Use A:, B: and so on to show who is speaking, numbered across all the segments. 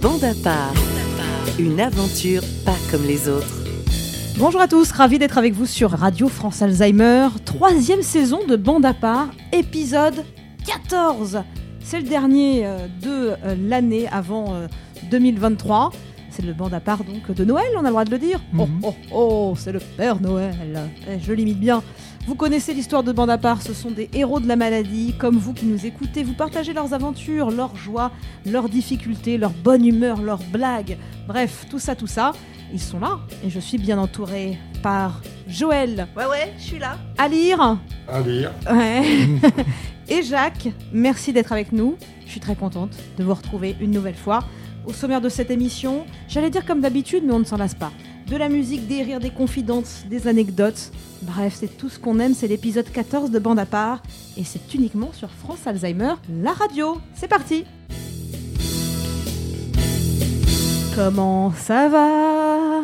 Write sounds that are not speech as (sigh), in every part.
A: Bande à part, une aventure pas comme les autres.
B: Bonjour à tous, ravi d'être avec vous sur Radio France Alzheimer, troisième saison de Bande à part, épisode 14. C'est le dernier euh, de euh, l'année avant euh, 2023. C'est le Bande à part donc de Noël, on a le droit de le dire. Oh oh oh, c'est le Père Noël. Eh, je l'imite bien. Vous connaissez l'histoire de Bande à part, ce sont des héros de la maladie, comme vous qui nous écoutez. Vous partagez leurs aventures, leurs joies, leurs difficultés, leur bonne humeur, leurs blagues. Bref, tout ça, tout ça. Ils sont là et je suis bien entourée par Joël,
C: Ouais, ouais, je suis là.
B: Alire
D: à lire.
B: ouais. et Jacques. Merci d'être avec nous. Je suis très contente de vous retrouver une nouvelle fois. Au sommaire de cette émission, j'allais dire comme d'habitude, mais on ne s'en lasse pas. De la musique, des rires, des confidences, des anecdotes. Bref, c'est tout ce qu'on aime, c'est l'épisode 14 de Bande à part. Et c'est uniquement sur France Alzheimer, la radio. C'est parti Comment ça va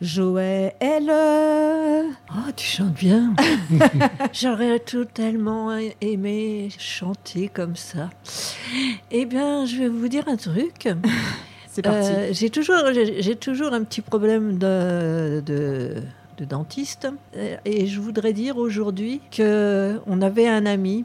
B: Joël
C: Oh, tu chantes bien. (laughs) J'aurais tout tellement aimé chanter comme ça. Eh bien, je vais vous dire un truc.
B: C'est
C: Euh, j'ai toujours, j'ai j'ai toujours un petit problème de, de- de dentiste, Euh, et je voudrais dire aujourd'hui que on avait un ami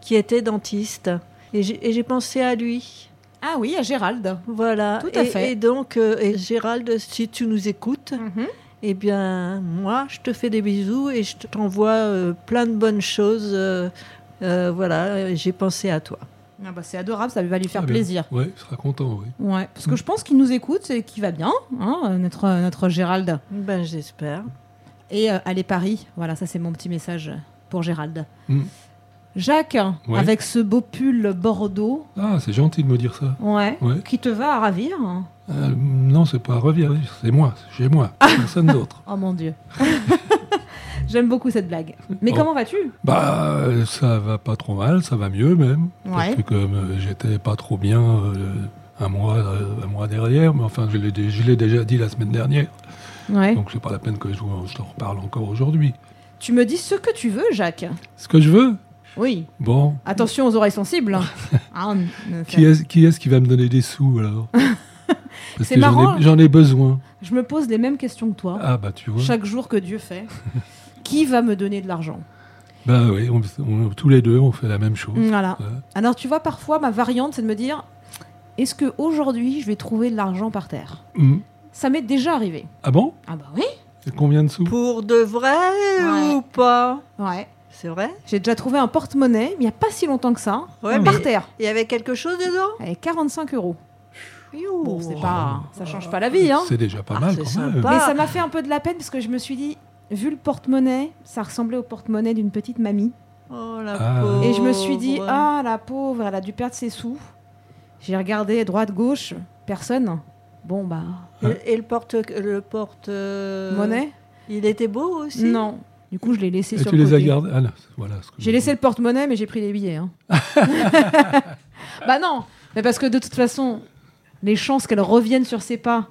C: qui était dentiste, et j'ai et j'ai pensé à lui.
B: Ah oui, à Gérald.
C: Voilà.
B: Tout à
C: et,
B: fait.
C: Et donc, euh, et Gérald, si tu nous écoutes,
B: Mhm.
C: Eh bien, moi, je te fais des bisous et je t'envoie euh, plein de bonnes choses. euh, euh, voilà, euh, j'ai pensé à toi.
B: Ah bah, c'est adorable, ça va lui faire
D: Ah bien.
B: plaisir.
D: Ouais, il sera content, oui.
B: Ouais, parce que je pense qu'il nous écoute et qu'il va bien, hein, euh, notre, euh, notre Gérald.
C: Ben, j'espère.
B: Et euh, allez Paris, voilà, ça c'est mon petit message pour Gérald.
D: Mm.
B: Jacques,
D: Ouais.
B: avec ce beau pull bordeaux,
D: Ah, c'est gentil de me dire ça.
B: ouais,
D: Ouais.
B: qui te va à ravir. hein.
D: Euh, non, c'est pas à revenir, c'est moi, c'est chez moi,
B: (laughs)
D: personne d'autre.
B: Oh mon
D: (laughs)
B: dieu. J'aime beaucoup cette blague. Mais
D: Oh.
B: comment vas-tu
D: Bah, euh, ça va pas trop mal, ça va mieux même. Parce
B: Ouais.
D: que comme euh, j'étais pas trop bien euh, un, mois, euh, un mois derrière, mais enfin, je l'ai dé- je l'ai déjà dit la semaine dernière,
B: Ouais.
D: donc c'est pas la peine que je, vous- je t'en reparle encore aujourd'hui.
B: Tu me dis ce que tu veux, Jacques.
D: Ce que je veux
B: Oui.
D: Bon,
B: Attention aux oreilles
D: (laughs)
B: sensibles. Ah, ne-
D: qui est-ce qui, est qui va me donner des sous
B: (laughs)
D: alors Parce
B: C'est
D: que j'en
B: marrant.
D: ai, j'en ai besoin.
B: Je me pose les mêmes questions que toi.
D: Ah, bah tu vois.
B: Chaque jour que Dieu fait, (laughs) qui va me donner de l'argent
D: Bah oui, on- on- tous les deux, on fait la même chose.
B: Voilà.
D: Ouais.
B: Alors tu vois, parfois ma variante, c'est de me dire, est-ce que aujourd'hui je vais trouver de l'argent par terre
D: Hmm.
B: Ça m'est déjà arrivé.
D: Ah bon
B: Ah bah oui.
D: Et Combien de sous
C: Pour de vrai
B: Ouais.
C: ou pas
B: Ouais.
C: C'est vrai
B: J'ai déjà trouvé un porte-monnaie, mais il n'y a pas si longtemps que ça,
C: Ouais,
B: par
C: mais
B: terre.
C: il y avait quelque chose dedans
B: Elle est 45 euros. Bon, c'est pas, ça change pas la vie, hein.
D: Oh. C'est déjà pas
C: Ah,
D: mal
C: c'est
D: quand
C: sympa.
D: même.
B: Mais ça m'a fait un peu de la peine parce que je me suis dit, vu le porte-monnaie, ça ressemblait au porte-monnaie d'une petite mamie.
C: Oh la
D: Ah.
C: pauvre.
B: Et je me suis dit, ah la pauvre, elle a dû perdre ses sous. J'ai regardé droite, gauche, personne. Bon bah,
C: Et, et le porte. Le porte euh,
B: monnaie
C: Il était beau aussi
B: Non. Du coup, je l'ai laissé
D: Et
B: sur
D: tu
B: le
D: les as
B: côté.
D: gardés Ah non, c'est- voilà. ce que
B: J'ai
D: je-
B: laissé le porte-monnaie, mais j'ai pris les billets. hein. (laughs)
D: (laughs)
B: bah non, mais parce que de toute façon, les chances qu'elle revienne sur ses pas,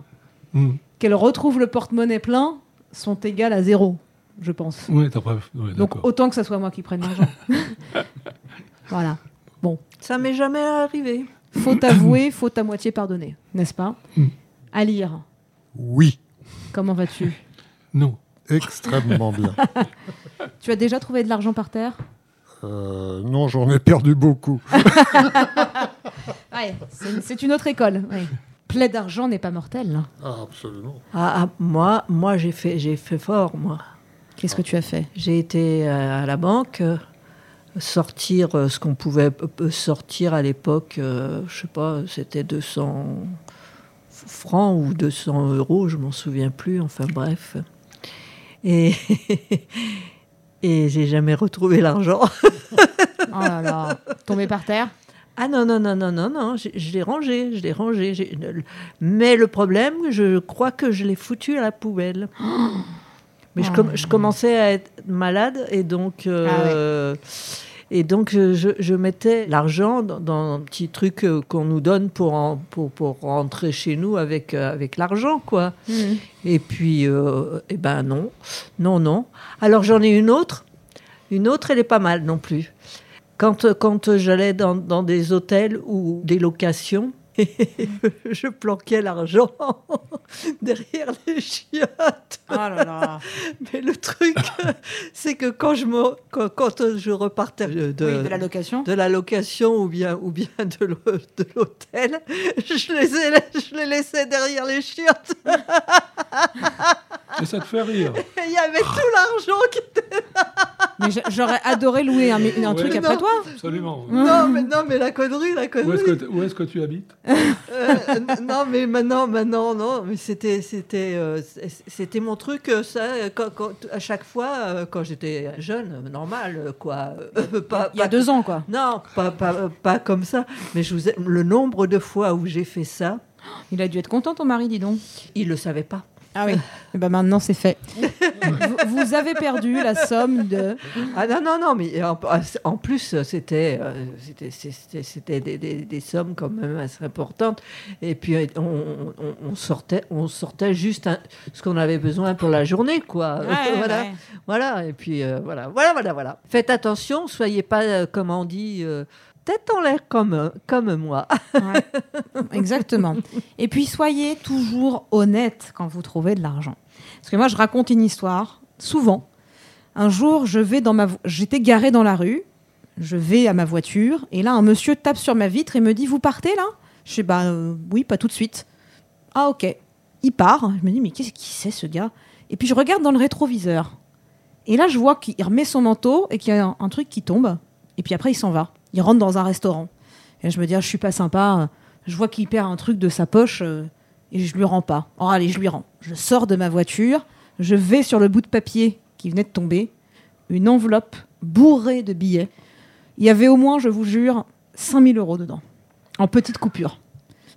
D: Hmm.
B: qu'elle retrouve le porte-monnaie plein, sont égales à zéro, je pense.
D: Oui, t'as pas... hum. ouais,
B: Donc
D: d'accord.
B: autant que ça soit moi qui prenne l'argent. (laughs) voilà.
C: Ça m'est jamais arrivé.
B: Faut avouer, faut à moitié pardonner, n'est-ce pas
D: Mm.
B: À lire,
E: Oui,
B: comment vas-tu
D: Non.
B: (laughs)
E: extrêmement bien.
B: Tu as déjà trouvé de l'argent par terre
E: Euh, non, j'en ai perdu beaucoup.
B: Ah. Ouais, c'est c'est une autre école. ouais. Plaie d'argent n'est pas hein. mortelle.
E: Ah, absolument.
C: Ah, ah, moi, moi j'ai fait, j'ai fait fort, moi.
B: Qu'est-ce que tu as fait
C: J'ai été euh, à la banque euh, sortir euh, ce qu'on pouvait euh, sortir à l'époque, euh, je sais pas, c'était 200 f- francs ou 200 euros, je m'en souviens plus, enfin bref. Et, (laughs) et j'ai jamais retrouvé l'argent.
B: Oh là là, tombé par terre
C: Ah non, non, non, non, non, non, j'ai- je l'ai rangé, je l'ai rangé. j'ai- Mais le problème, je crois que je l'ai foutu à la poubelle. Mais je, com- je commençais à être malade et donc. euh, Et donc, euh, je, je- je mettais l'argent dans, dans un petit truc euh, qu'on nous donne pour, en- pour, pour rentrer chez nous avec, euh, avec l'argent, quoi.
B: Hmm.
C: Et puis, euh, eh ben non, non, non. Alors j'en ai une autre. Une autre, elle est pas mal non plus. Quand, euh, quand euh, j'allais dans, dans des hôtels ou des locations, (laughs) Et je planquais l'argent (laughs) derrière les chiottes.
B: Oh là là.
C: Mais le truc, (laughs) c'est que quand je, me- quand, quand je repartais de, de-
B: Oui, de la location.
C: de la location ou bien, ou bien de l'hô- de l'hôtel, (laughs) je les, ai- je les laissais derrière les chiottes.
D: Et ça te fait rire.
C: Et il y avait tout l'argent qui
B: Mais j'a- j'aurais adoré louer un, mi- un
D: Ouais.
B: truc
D: Mais
B: après
C: non.
B: toi. (laughs)
D: Absolument.
B: Bah
C: Non, mais, non, mais la connerie, la
D: Où est-ce que,
C: connerie.
D: t- où est-ce que tu habites
C: Euh, n- non, mais maintenant, maintenant, non. Mais c'était, c'était, euh, c- c'était mon truc, euh, ça. euh, Quand, quand- à chaque fois, euh, quand j'étais jeune, euh, normal, euh, quoi. Euh, pas,
B: Il y a
C: pas-
B: deux ans, quoi.
C: Non, pas, pas, euh, pas comme ça. Mais je vous ai- le nombre de fois où j'ai fait ça,
B: Il a dû être content, ton mari, dis donc.
C: il le savait pas.
B: Ah oui. Et ben maintenant, c'est fait. vous, vous avez perdu la somme de.
C: Ah non, non, non, mais en, en plus, c'était euh, c'était- c'était- c'était des, des- des sommes quand même assez importantes. Et puis, euh, on, on- on sortait, on sortait juste un- ce qu'on avait besoin pour la journée, quoi. (laughs) voilà, voilà, et puis euh, voilà, voilà, voilà, voilà. Faites attention, soyez pas, euh, comme on dit, euh, tête en l'air comme, euh, comme moi. (laughs)
B: Ouais. Exactement. Et puis soyez toujours honnête quand vous trouvez de l'argent. Parce que moi, je raconte une histoire souvent. Un jour, je vais dans ma, vo- j'étais garée dans la rue, je vais à ma voiture et là, un monsieur tape sur ma vitre et me dit "Vous partez là Je dis "Bah euh, oui, pas tout de suite." Ah ok. Il part. Je me dis "Mais qu'est-ce qui c'est ce gars Et puis je regarde dans le rétroviseur. Et là, je vois qu'il remet son manteau et qu'il y a un, un truc qui tombe. Et puis après, il s'en va. Il rentre dans un restaurant. Et je me dis, ah, je suis pas sympa. Je vois qu'il perd un truc de sa poche euh, et je lui rends pas. Oh, allez, je lui rends. Je sors de ma voiture, je vais sur le bout de papier qui venait de tomber, une enveloppe bourrée de billets. Il y avait au moins, je vous jure, 5000 euros dedans, en petite coupure.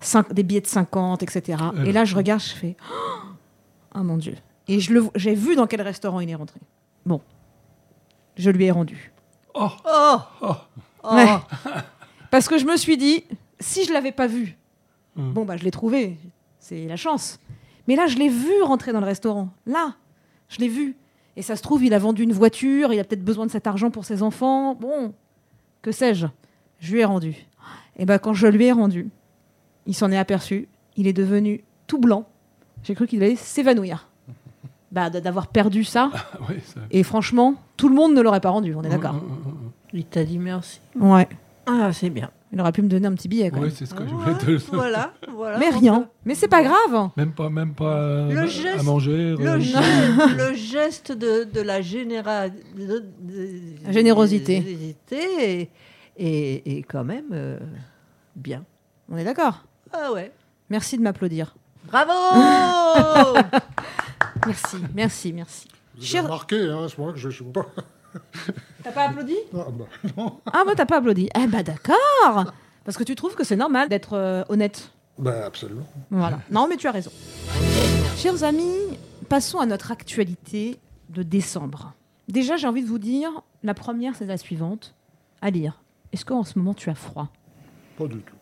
B: Cinq- des billets de 50, etc.
D: Euh.
B: Et là, je regarde, je fais, ah mon Dieu. Et je le vo- j'ai vu dans quel restaurant il est rentré. Bon, je lui ai rendu.
D: Oh, (laughs)
C: Oh,
D: oh.
C: oh.
B: Ouais. Parce que je me suis dit, si je l'avais pas vu,
D: Mm.
B: bon bah je l'ai trouvé, c'est la chance. Mais là, je l'ai vu rentrer dans le restaurant. Là, je l'ai vu. Et ça se trouve, il a vendu une voiture, il a peut-être besoin de cet argent pour ses enfants. Bon, que sais-je Je lui ai rendu. Et ben quand je lui ai rendu, il s'en est aperçu. Il est devenu tout blanc. J'ai cru qu'il allait s'évanouir. Bah, d- d'avoir perdu ça.
D: Oui, ça-
B: Et franchement, tout le monde ne l'aurait pas rendu. On est d'accord.
C: Il t'a dit merci.
B: Ouais.
C: Ah, c'est bien.
B: Il aurait pu me donner un petit billet. Quand
D: Oui,
B: même.
D: c'est ce que je voulais te dire.
C: Voilà, voilà. ben,
B: Mais
C: on
B: rien. Mais c'est pas grave.
D: Même pas, même pas euh,
C: Le
D: à
C: geste-
D: manger.
C: peut-
D: euh,
C: Le, geste, le geste de, de la généra- de- de-
B: Générosité.
C: générosité est- est- est quand même euh, bien.
B: On est d'accord.
C: Ah ouais.
B: Merci de m'applaudir.
C: Bravo
B: Merci, merci, merci.
E: J'ai
B: Cher-
E: remarqué, hein, je crois que je joue pas.
B: T'as pas applaudi
E: Ah, bah,
B: Ah, moi, t'as pas applaudi. Eh ben, d'accord. Parce que tu trouves que c'est normal d'être euh, honnête.
E: bah, absolument.
B: Voilà. Non, mais tu as raison. Chers amis, passons à notre actualité de décembre. Déjà, j'ai envie de vous dire, la première, c'est la suivante. À lire. Est-ce qu'en ce moment, tu as froid
E: Pas du tout.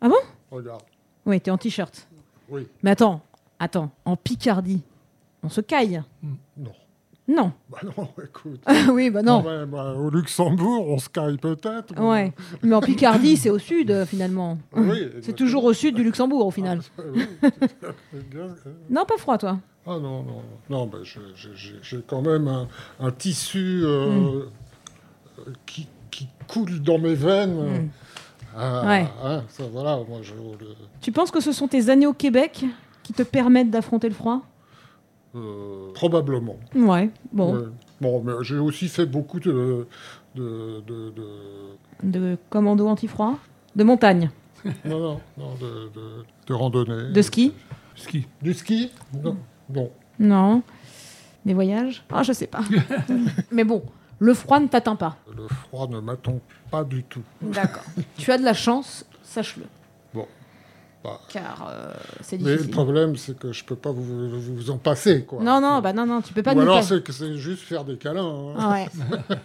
B: Ah bon
E: Regarde.
B: Oui, t'es en t-shirt.
E: Oui.
B: Mais attends, attends, en Picardie, on se caille.
E: Non.
B: Non.
E: Bah non, (laughs) écoute.
B: (laughs) oui, bah non.
E: Ouais, bah, au Luxembourg, on se caille peut-être. mais-
B: Ouais, (laughs) mais en Picardie, c'est au sud euh, finalement.
E: Oui,
B: C'est toujours au sud du Luxembourg au final.
E: Ah, (laughs) oui, c'est bien, hein.
B: Non, pas froid toi.
E: Ah non, non, non. non bah, je- je- j'ai j'ai quand même un, un tissu euh, euh, qui, qui coule dans mes veines.
B: Mm.
E: Ah,
B: Ouais.
E: hein, ça, voilà, moi, je, le-
B: Tu penses que ce sont tes années au Québec qui te permettent d'affronter le froid
E: euh, probablement.
B: Ouais, bon,
E: Ouais. Bon, mais j'ai aussi fait beaucoup de... de, de- de-
B: de commando anti-froid, de montagne,
E: non, non, non, de, de- de randonnée.
B: de ski
D: Ski.
E: Du ski Non. Bon,
B: Non. Des voyages Ah, je sais
E: (laughs)
B: pas. mais bon, le froid ne t'atteint pas.
E: le froid ne m'attend pas du tout.
B: D'accord. tu as de la chance, sache-le.
E: Bon. Bah.
B: Car euh, c'est
E: Mais le
B: difficile.
E: problème, c'est que je peux pas vous, vous- vous en passer, quoi.
B: Non, non, bah non, non, tu peux pas
E: Ou
B: nous
E: alors,
B: passer.
E: c'est que c'est juste faire des câlins. hein.
B: Ah ouais.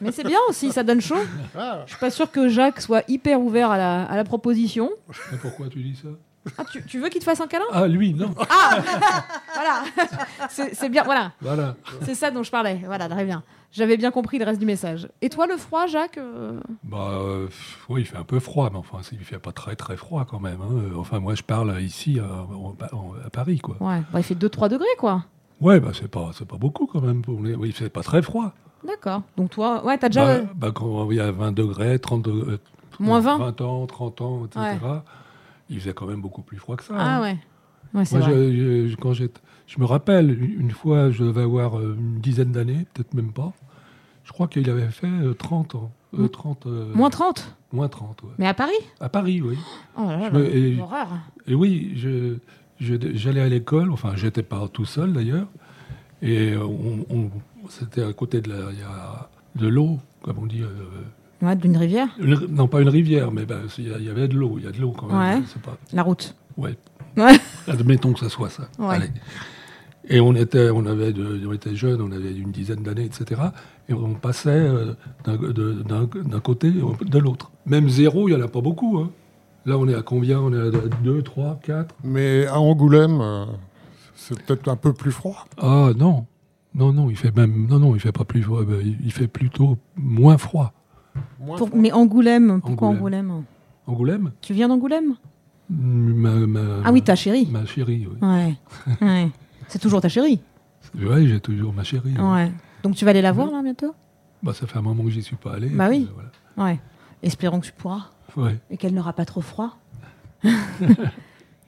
B: Mais c'est bien aussi, ça donne chaud.
E: Ah,
B: Je suis pas sûr que Jacques soit hyper ouvert à la, à la proposition.
D: Et pourquoi tu dis ça
B: Ah, tu, tu veux qu'il te fasse un câlin
D: Ah, lui,
B: (laughs)
D: non.
B: Voilà. (laughs) C'est c'est bien, voilà.
D: Voilà.
B: C'est ça dont je parlais. Voilà, très bien. J'avais bien compris le reste du message. Et toi, le froid, Jacques euh,
D: Bah, euh, pff, oui, il fait un peu froid, mais enfin, il fait pas très très froid quand même. hein. Euh, Enfin, moi, je parle ici euh, en- en- à Paris, quoi.
B: Ouais, bah, il fait 2-3 degrés, quoi.
D: Ouais, bah, c'est pas, c'est pas beaucoup quand même. Pour les... Oui, il fait pas très froid.
B: D'accord. Donc toi, ouais, t'as déjà... euh,
D: Bah, bah, quand il y a 20 degrés, 30 degrés, euh,
B: Moins 20.
D: 20 ans, 30 ans, etc. Il faisait quand même beaucoup plus froid que ça. hein.
B: Ah ouais. Ouais, c'est
D: Moi,
B: vrai.
D: je, je- quand j'étais- je me rappelle, une fois, je devais avoir euh, une dizaine d'années, peut-être même pas. Je crois qu'il avait fait euh, 30 ans. Euh, 30, euh,
B: Moins 30
D: moins 30, ouais.
B: Mais à Paris
D: À Paris, oui.
B: Oh là là,
D: Je me- et-
B: l'horreur.
D: Et oui, je- je- j'allais à l'école, enfin, j'étais pas tout seul d'ailleurs. Et euh, on, on- c'était à côté de la- il y a de l'eau, comme on dit. euh,
B: Ouais, d'une rivière
D: une- non, pas une rivière, mais ben, c'est- il y a- il y avait de l'eau. Il y a de l'eau quand même.
B: Ouais.
D: C'est pas,
B: La route.
D: ouais.
B: Ouais.
D: (laughs) Admettons que ça soit ça.
B: Ouais.
D: Allez. Et on était, on avait, de- on était jeunes, on avait une dizaine d'années, etc. Et on passait euh, d'un- de- d'un d'un côté au- de l'autre. Même zéro, il n'y en a pas beaucoup. hein. Là, on est à combien On est à 2, 3, 4
E: Mais à Angoulême, euh, c'est peut-être un peu plus froid.
D: Ah non Non, non, il fait même. Non, non, il fait pas plus froid. ben, Il il fait plutôt moins froid.
E: Moins
B: Pour-
E: froid.
B: Mais Angoulême, pourquoi Angoulême,
D: Angoulême. Euh, Angoulême
B: Tu viens d'Angoulême
D: Ma- ma-
B: Ah oui, ta chérie.
D: Ma chérie, oui.
B: Ouais. ouais. C'est toujours ta chérie.
D: Oui, j'ai toujours ma chérie. oui.
B: Ouais. Donc tu vas aller la voir, là, bientôt
D: Bah, ça fait un moment que j'y suis pas allé.
B: Bah
D: puis,
B: oui.
D: euh,
B: Ouais. Espérons que tu pourras
D: voilà. Ouais.
B: et qu'elle n'aura pas trop (laughs) froid.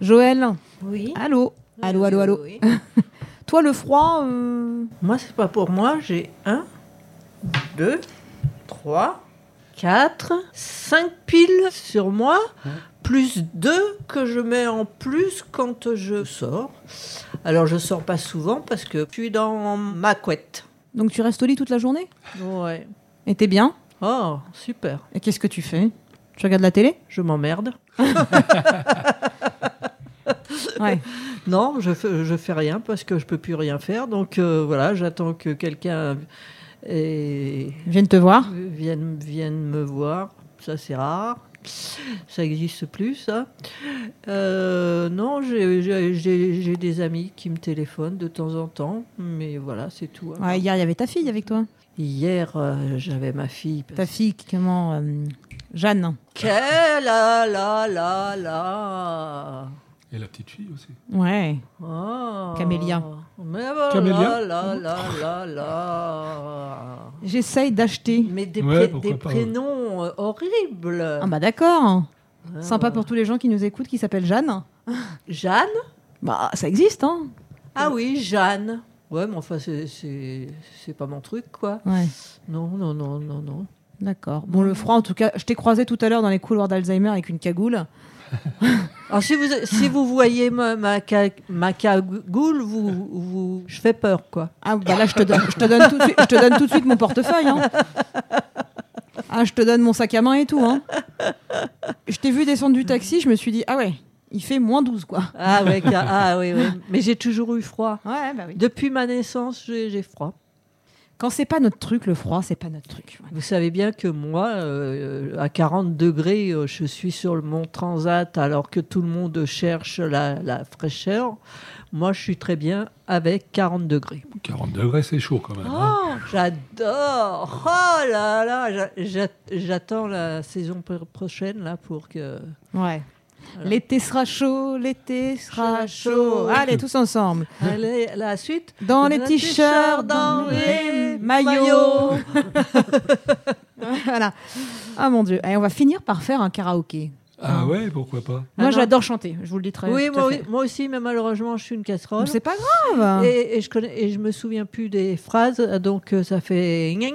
B: Joël,
C: (laughs) Oui.
B: allô Allô, allô, allô Toi, le froid, euh,
C: Moi, c'est pas pour moi. J'ai un, deux, trois, quatre, cinq piles sur moi, plus deux que je mets en plus quand je sors. Alors, je sors pas souvent parce que je suis dans ma couette.
B: donc tu restes au lit toute la journée
C: Ouais.
B: Et t'es bien
C: Oh, super.
B: Et qu'est-ce que tu fais Tu regardes la télé
C: Je m'emmerde.
B: Ouais.
C: Non, je fais, je fais rien parce que je peux plus rien faire. Donc euh, voilà, j'attends que quelqu'un ait-
B: (laughs) Viens te voir.
C: vienne, vienne me voir. Ça, c'est rare. Ça n'existe plus, ça. Euh, non, j'ai- j'ai j'ai- j'ai des amis qui me téléphonent de temps en temps, mais voilà, c'est tout. hein.
B: Ouais, hier, il y avait ta fille avec toi.
C: Hier, euh, j'avais ma fille.
B: Ta fille, qui- comment euh, Jeanne.
C: Quelle la la la la
D: Et la petite fille aussi.
B: Ouais.
C: Ah.
B: Camélia.
C: Mais voilà,
D: Camélia
C: là, là, là, là.
B: J'essaye d'acheter.
C: Mais des,
D: Ouais,
C: pré-
D: pourquoi
C: des
D: pas,
C: prénoms euh, horribles.
B: Ah bah d'accord.
C: Ah.
B: Sympa pour tous les gens qui nous écoutent qui s'appellent Jeanne.
C: Jeanne
B: Bah ça existe, hein
C: Ah oui, Jeanne. Ouais, mais enfin, c'est- c'est c'est pas mon truc, quoi.
B: Ouais.
C: Non, non, non, non, non.
B: D'accord. Bon, le froid, en tout cas, je t'ai croisé tout à l'heure dans les couloirs d'Alzheimer avec une cagoule.
C: Alors, Ah, si vous, si vous voyez ma, ma, ca- ma cagoule, vous, vous, je fais peur, quoi.
B: Ah, bah là, je te donne, je te donne, tout, de suite, je te donne tout de suite mon portefeuille. hein. Ah, je te donne mon sac à main et tout. Hein. Je t'ai vu descendre du taxi, je me suis dit, ah ouais, il fait moins 12, quoi.
C: Ah, ouais, ca- ah oui, oui. Mais j'ai toujours eu froid.
B: Ouais, bah oui.
C: Depuis ma naissance, j'ai j'ai froid.
B: Quand c'est pas notre truc, le froid, c'est pas notre truc.
C: Vous savez bien que moi, euh, à 40 degrés, euh, je suis sur le mont Transat alors que tout le monde cherche la, la fraîcheur. Moi, je suis très bien avec 40 degrés.
D: 40 degrés, c'est chaud quand même. hein.
C: Oh, j'adore Oh là là j'a- j'a- J'attends la saison pr- prochaine là
B: (laughs)
C: pour que...
B: Ouais.
C: Alors.
B: L'été sera chaud, l'été sera
C: Chaud,
B: chaud.
C: chaud.
B: Allez, tous ensemble.
C: Allez, la suite
B: Dans les
C: Le
B: t-shirts, dans les maillots. (laughs) voilà. Ah mon dieu. Et on va finir par faire un karaoké.
D: Ah ouais, pourquoi pas
B: Moi,
C: Ah non.
B: j'adore chanter. Je vous le dis très
C: Oui
B: tout à
C: moi,
B: fait.
C: oui, moi aussi, mais malheureusement, je suis une casserole.
B: Mais C'est pas grave.
C: Et, et je connais et je me souviens plus des phrases, donc euh, ça fait.
B: Ouais.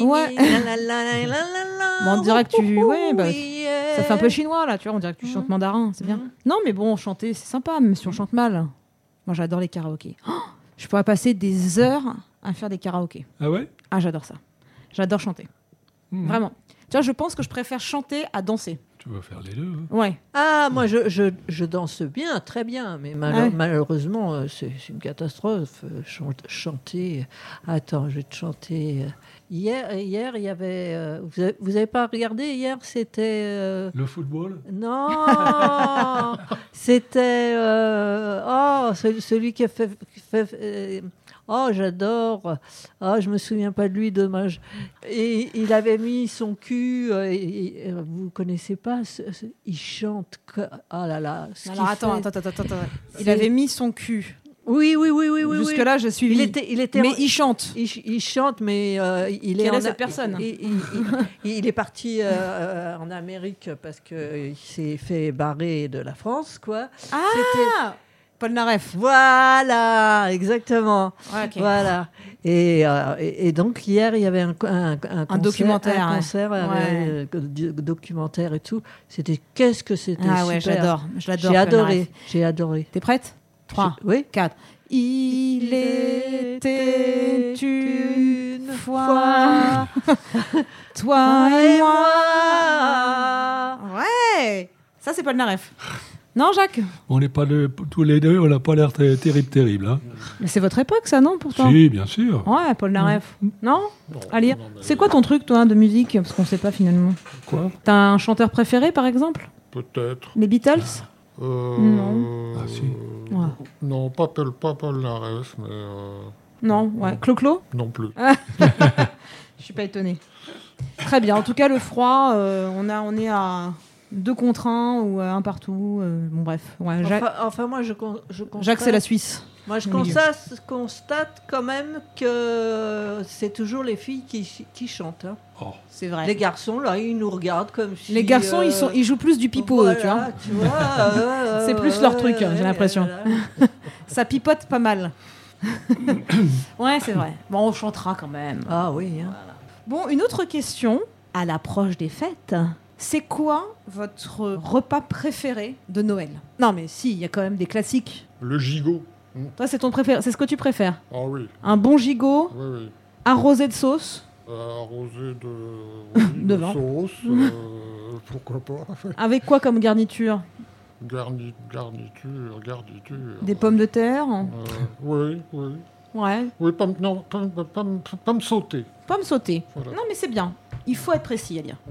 B: Bon, on dirait que tu- ouais, bah, Ça fait un
C: euh,
B: peu chinois là, tu vois. On dirait que tu chantes mandarin, c'est bien.
C: Mhm.
B: Non, mais bon, chanter, c'est sympa, même si on chante mal. Moi, j'adore les karaokés. Oh, je pourrais passer des heures à faire des karaokés.
D: Ah ouais
B: Ah, j'adore ça. J'adore chanter.
C: Mm.
D: Mhm.
B: Vraiment. Tu vois, je pense que je préfère chanter à danser.
D: Tu veux faire les deux hein.
B: Ouais.
C: Ah, moi je, je, je danse bien, très bien, mais mal-
B: Ah ouais.
C: malheureusement euh, c'est c'est une catastrophe. euh, chan- chanter. Attends, je vais te chanter. euh, Hier, hier, il y avait. euh, vous avez- vous n'avez pas regardé hier C'était. euh,
D: Le football
C: Non C'était. euh, oh, ce- celui qui a fait. qui fait- euh, oh, j'adore Oh, je me souviens pas de lui, dommage. Et il avait mis son cul. euh, et- et- euh, vous connaissez pas ce- ce- Il chante. que- Oh là là ce
B: Alors
C: qu'il
B: attends,
C: fait.
B: attends, attends, attends, attends. Il
C: C'est-
B: avait mis son cul.
C: Oui, oui, oui, oui, oui. oui.
B: Jusque-là, je suis.
C: il était, il était
B: Mais
C: en-
B: il chante.
C: il, ch- il chante, mais euh, il est
B: Quelle est
C: en-
B: cette personne
C: Il, il- il- il est parti euh, euh, en Amérique parce que il s'est fait barrer de la France, quoi. C'était-
B: Ah Paul Naref.
C: Voilà, exactement.
B: Ouais, ok.
C: Voilà. Et, euh, et, et donc hier, il y avait un, co- un, concert-
B: documentaire,
C: un
B: ouais.
C: concert euh, du- documentaire et tout. C'était qu'est-ce que c'était
B: Ah ouais,
C: super.
B: j'adore. Je l'adore.
C: J'ai
B: Paul
C: adoré.
B: Naref.
C: J'ai adoré.
B: T'es prête 3,
C: J'ai- Oui.
B: 4. Il était une fois. (laughs) Toi et moi. Ouais. Ça, c'est Paul Naref. Non, Jacques
D: On n'est pas le- tous les deux, on n'a pas l'air ter- terrible, terrible. Hein.
B: Mais c'est votre époque, ça, non, pourtant
D: Si, bien sûr.
B: Ouais, Paul Naref. Non À lire.
E: non, mais-
B: C'est quoi ton truc, toi, de musique Parce qu'on sait pas, finalement.
D: Quoi
B: T'as un chanteur préféré, par exemple
E: Peut-être.
B: Les Beatles
E: Euh,
B: Non.
D: Ah, si.
B: Ouais.
E: Non, pas Paul, pas Paul Naref, mais euh,
B: Non, ouais. Clo-Clo
E: non plus.
B: Ah. Je suis pas étonnée. Très bien. En tout cas, le froid, euh, on, a, on est à deux contre un ou à un partout. euh, bon, bref. Ouais, Jacques,
C: Enfin, enfin, moi, je, con- je
B: Jacques, c'est
C: constate-
B: la Suisse.
C: Moi, je
B: Au milieu.
C: constate, constate quand même que c'est toujours les filles qui, qui chantent. hein.
D: Oh.
B: C'est vrai.
C: Les
B: Les,
C: garçons, là, ils nous regardent comme si.
B: garçons,
C: euh,
B: ils, sont, ils jouent plus du pipeau, eux, tu vois.
C: voilà, tu vois.
B: (laughs)
C: euh,
B: C'est plus
C: euh,
B: leur truc, hein,
C: ouais,
B: j'ai l'impression.
C: voilà.
B: Ça pipote pas mal. (laughs) ouais, c'est vrai. Bon, on chantera quand même.
C: Ah oui. hein.
B: Bon, une autre question. À l'approche des fêtes, c'est quoi votre repas préféré de Noël Non, mais si, il y a quand même des classiques.
E: Le gigot.
B: Toi, c'est ton préféré, c'est ce que tu préfères.
E: Ah oui,
B: Un bon gigot,
E: oui, oui.
B: arrosé de sauce,
E: Euh, arrosé de,
B: (laughs)
E: oui,
B: De vin.
E: sauce, euh, pourquoi pas.
B: avec quoi comme garniture
E: Garni, garniture, garniture.
B: Des pommes de terre
E: Euh, oui, oui.
B: Ouais,
E: Oui, pommes, non, pommes, pommes, pommes sautées.
B: pommes sautées.
E: Voilà.
B: Non, mais c'est bien. Il faut être précis, Alia.
E: Mm.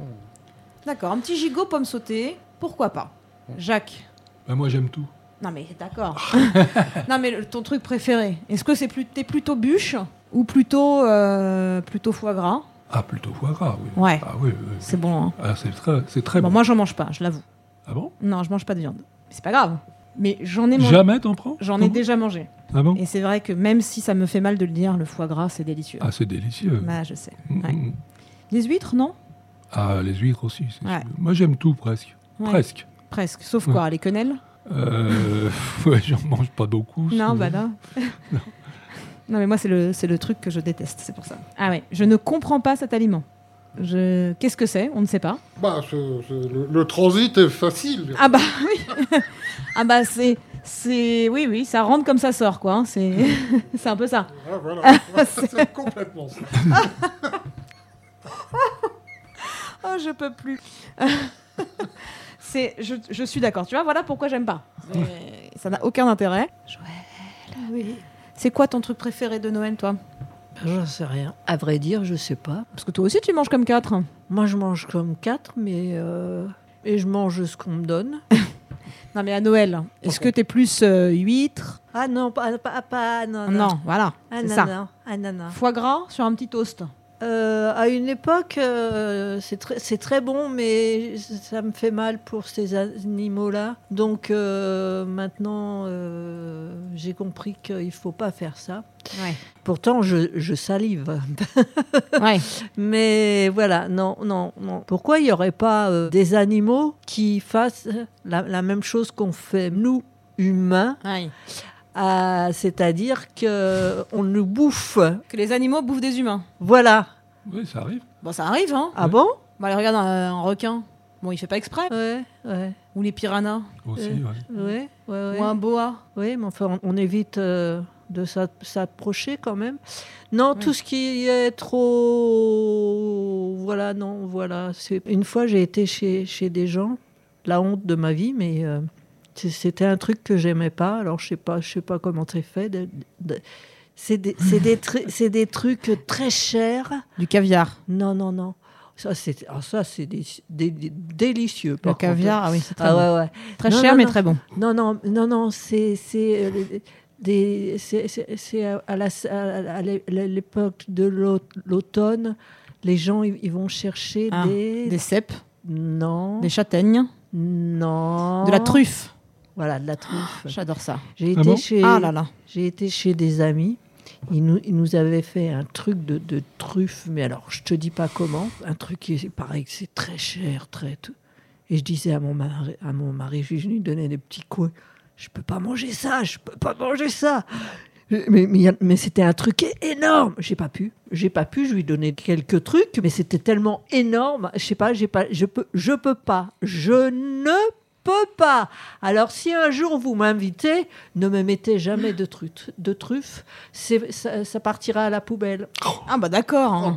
B: D'accord, un petit gigot, pommes sautées, pourquoi pas Jacques
D: Ben, moi, j'aime tout.
B: Non mais d'accord.
D: (laughs)
B: non mais le- ton truc préféré. Est-ce que c'est plus t'es plutôt bûche ou plutôt euh, plutôt foie gras
D: Ah, plutôt foie gras, oui.
B: Ouais.
D: Ah oui, oui.
B: C'est bon. hein.
D: Ah, c'est très, c'est très
B: Bon,
D: bon.
B: moi j'en mange pas, je l'avoue.
D: Ah bon
B: Non, je mange pas de viande. Mais C'est pas grave. Mais j'en ai mangé.
D: Jamais t'en prends
B: J'en ai
D: des.
B: déjà mangé.
D: Ah bon
B: Et c'est vrai que même si ça me fait mal de le dire, le foie gras c'est délicieux.
D: Ah, c'est délicieux.
B: Bah, je sais.
D: Mm,
B: ouais.
D: mm.
B: Les huîtres, non
D: Ah, les huîtres aussi. c'est
B: Ouais.
D: sûr. Moi, j'aime tout presque.
B: Ouais,
D: Presque.
B: Presque. Sauf quoi Les quenelles
D: Euh, (laughs) ouais, j'en mange pas beaucoup.
B: Non,
D: c'est-
B: bah là. (laughs) non, mais moi, c'est le, c'est le truc que je déteste, c'est pour ça. Ah ouais, je ne comprends pas cet aliment. Je... Qu'est-ce que c'est On ne sait pas.
E: Bah, c'est- c'est- le, le transit est facile.
B: Ah bah (laughs) oui Ah bah c'est. c'est... Oui, oui, ça rentre comme ça sort, quoi. hein, C'est... (laughs) c'est un peu ça.
E: Ah, voilà, (laughs) c'est complètement ça.
B: Ah. Oh, je peux plus. (laughs) c'est... Je, je suis d'accord. Tu vois, voilà pourquoi j'aime pas. C'est- Ça n'a aucun intérêt. Joël. Ah Oui. C'est quoi ton truc préféré de Noël, toi
C: Ben, J'en sais rien. À vrai dire, je sais pas.
B: Parce que toi aussi, tu manges comme quatre.
C: Moi, je mange comme quatre, mais. euh, Et je mange ce qu'on me donne.
B: Non, mais à Noël, est-ce que t'es plus euh, huître
C: Ah non, pas, pas, pas non, non.
B: Non, voilà,
C: Ah
B: c'est
C: non,
B: ça.
C: non, ah non, non.
B: Foie gras sur un petit toast.
C: Euh, à une époque, euh, c'est très, c'est très bon, mais ça me fait mal pour ces animaux-là. Donc euh, maintenant, euh, j'ai compris qu'il ne faut pas faire ça.
B: Ouais.
C: Pourtant, je, je salive. Mais voilà, non, non, non. Pourquoi il n'y aurait pas euh, des animaux qui fassent la, la même chose qu'on fait nous, humains, à- c'est-à-dire qu'on nous bouffe
B: Que les animaux bouffent des humains.
C: Voilà.
D: Oui, ça arrive.
B: Bon, ça arrive, hein.
C: Ah bon
B: Bon, allez, regarde un, un requin. Bon, il fait pas exprès.
C: Ouais, ouais,
B: Ou les piranhas.
D: Aussi,
C: Euh,
D: ouais.
C: ouais, ouais, ouais.
B: Ou un boa.
C: Oui, mais enfin, on, on évite euh, de s'a- s'approcher quand même. Non, tout ce qui est trop. Voilà, non, voilà. C'est- Une fois, j'ai été chez, chez des gens, la honte de ma vie, mais euh, c'est- c'était un truc que j'aimais pas. Alors, je sais pas, je sais pas comment c'est fait. de- de- C'est des, c'est des,
B: (laughs)
C: tru- c'est des trucs très chers.
B: Du caviar.
C: Non, non, non. Ça, c'est ah, ça, c'est des, des- des- délicieux.
B: Le
C: par contre.
B: caviar, ah oui, c'est très,
C: Ah
B: bon.
C: ouais, ouais.
B: Très
C: Non,
B: cher,
C: non,
B: mais
C: non.
B: très bon.
C: Non, non, non, non, c'est c'est, euh, des- c'est- c'est- c'est à à la- à- à l'é- l'époque de l'au- l'automne, les gens ils ils vont chercher
B: Ah,
C: des...
B: Des cèpes,
C: non
B: des châtaignes,
C: non
B: de la truffe.
C: voilà de la truffe.
B: Oh. J'adore ça.
C: J'ai
D: Ah
C: été
D: bon
C: chez
B: Ah là là.
C: j'ai été chez des amis. Ils nous, ils nous avaient fait un truc de, de truffe, mais alors je te dis pas comment. Un truc qui est pareil, c'est très cher, très tout. Et je disais à mon mari, à mon mari, je lui donnais des petits coups. Je peux pas manger ça, je peux pas manger ça. Mais, mais, mais c'était un truc énorme. J'ai pas pu, j'ai pas pu. Je lui donnais quelques trucs, mais c'était tellement énorme. Je sais pas, j'ai pas, je peux, je peux pas, je ne peux pas. Alors si un jour vous m'invitez, ne me mettez jamais de truffes. De truffes, C'est- ça, ça partira à la poubelle.
B: Ah bah d'accord. hein.